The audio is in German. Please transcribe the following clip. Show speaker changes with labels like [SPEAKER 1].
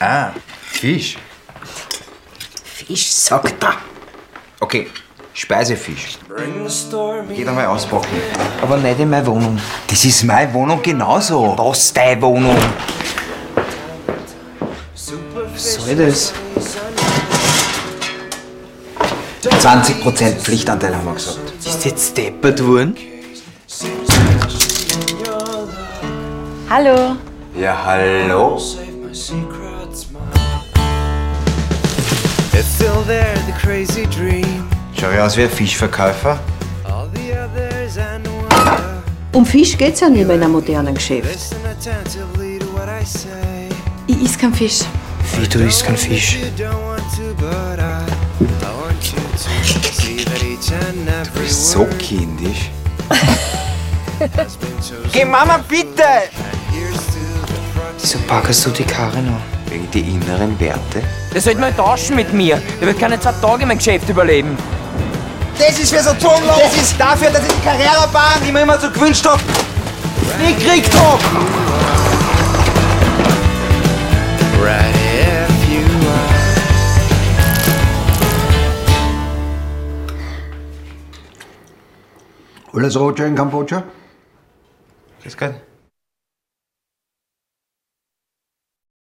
[SPEAKER 1] Ah, Fisch.
[SPEAKER 2] Fisch, sagt er.
[SPEAKER 1] Okay, Speisefisch. Geht einmal auspacken.
[SPEAKER 2] Aber nicht in meine Wohnung.
[SPEAKER 1] Das ist meine Wohnung genauso.
[SPEAKER 2] Was deine Wohnung? Was soll das? 20% Pflichtanteil haben wir gesagt.
[SPEAKER 3] Ist jetzt deppert worden?
[SPEAKER 4] Hallo.
[SPEAKER 1] Ja, hallo.
[SPEAKER 5] It's still there, the crazy dream.
[SPEAKER 1] Schau ich aus wie ein Fischverkäufer?
[SPEAKER 5] All the others I know are
[SPEAKER 6] Um Fisch geht's ja nicht mehr in einem modernen Geschäft.
[SPEAKER 5] listen attentively to what I say.
[SPEAKER 4] Ich is kein Fisch.
[SPEAKER 3] Wie, du isst keinen Fisch?
[SPEAKER 5] You don't want to, but I, I want you to see that each and every
[SPEAKER 1] So kindisch.
[SPEAKER 2] Geh, Mama, bitte!
[SPEAKER 5] year's to the front.
[SPEAKER 3] Wieso packerst du die Karre noch?
[SPEAKER 1] Wegen die inneren Werte.
[SPEAKER 7] Der sollte mal tauschen mit mir. Der wird keine zwei Tage mein Geschäft überleben.
[SPEAKER 2] Das ist für so Turmloch! Das ist dafür, dass ich die Carrera-Bahn, die man immer so gewünscht hat, nicht gekriegt hab!
[SPEAKER 5] Right if you are.
[SPEAKER 8] Alles Roger in Kambodscha?
[SPEAKER 1] Grüß Gott.